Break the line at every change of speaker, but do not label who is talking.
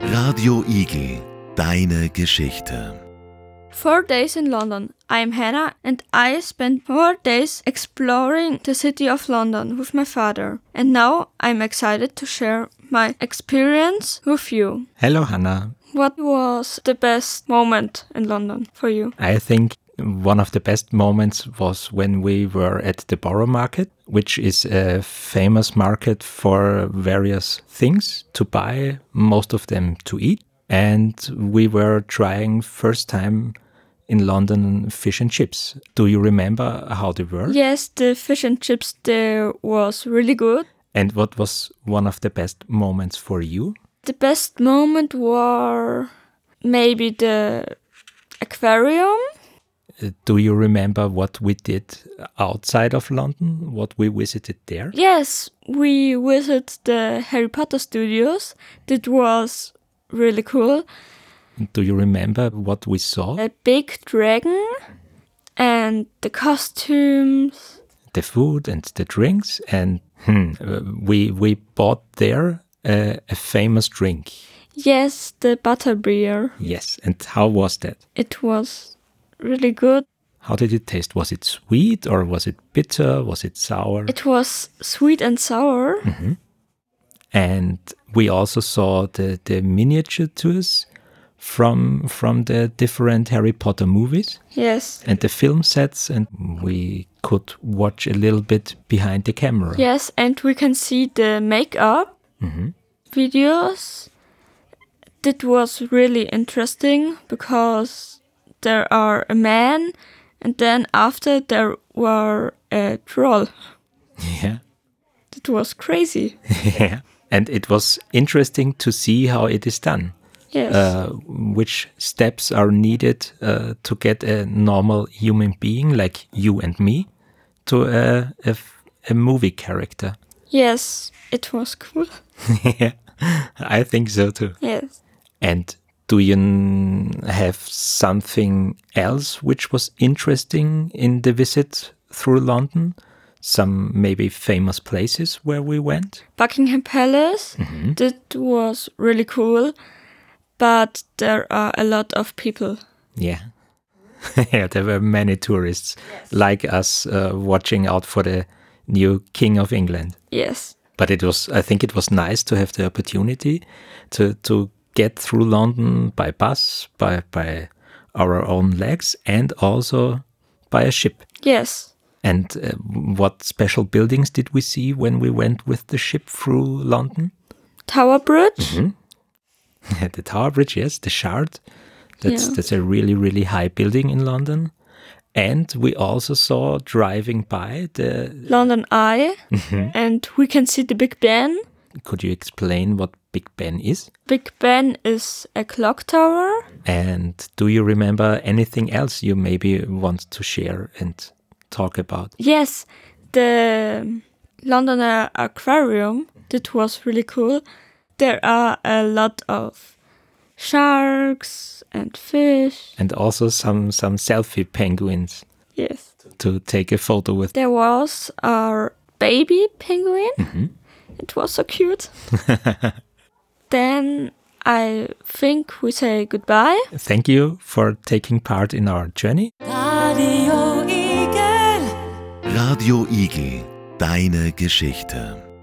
Radio Igel, deine Geschichte.
Four days in London. I am Hannah and I spent four days exploring the city of London with my father. And now I'm excited to share my experience with you.
Hello, Hannah.
What was the best moment in London for you?
I think one of the best moments was when we were at the Borough Market, which is a famous market for various things to buy, most of them to eat. And we were trying first time in London fish and chips. Do you remember how they were?
Yes, the fish and chips there was really good.
And what was one of the best moments for you?
The best moment were maybe the aquarium.
Uh, Do you remember what we did outside of London? What we visited there?
Yes, we visited the Harry Potter studios. That was really cool.
Do you remember what we saw?
A big dragon and the costumes.
the food and the drinks, and hmm, uh, we we bought there uh, a famous drink.
Yes, the butterbeer.
Yes, and how was that?
It was really good.
How did it taste? Was it sweet or was it bitter? Was it sour?
It was sweet and sour.
and we also saw the the miniature tours from from the different Harry Potter movies
Yes.
and the film sets, and we could watch a little bit behind the camera.
Yes, and we can see the makeup videos. That was really interesting because there are a man and then after there were a troll.
yeah.
That was crazy.
Yeah. And it was interesting to see how it is done.
Yes.
uh, which steps are needed uh, to get a normal human being like you and me to a, a, f- a movie character.
yes, it was cool.
I think so too.
Yes.
And do you n- have something else which was interesting in the visit through London? Some maybe famous places where we went?
Buckingham Palace. That was really cool. But there are a lot of people.
Yeah. yeah, there were many tourists like us uh, watching out for the new King of England.
Yes.
but it was I think it was nice to have the opportunity to to get through London by bus, by by our own legs, and also by a ship.
Yes.
And uh, what special buildings did we see when we went with the ship through London?
Tower Bridge.
the Tower Bridge, yes, the Shard. That's
Yeah.
that's a really really high building in London. And we also saw driving by the.
London Eye, and we can see the Big Ben.
Could you explain what Big Ben is?
Big Ben is a clock tower.
And do you remember anything else you maybe want to share and talk about?
Yes, the Londoner Aquarium. That was really cool. There are a lot of sharks and fish.
And also some some selfie penguins
Yes.
to take a photo with.
There was our baby penguin.
Mm-hmm.
It was so cute. then I think we say goodbye.
Thank you for taking part in our journey.
Radio Igel.
Radio Igel, deine Geschichte.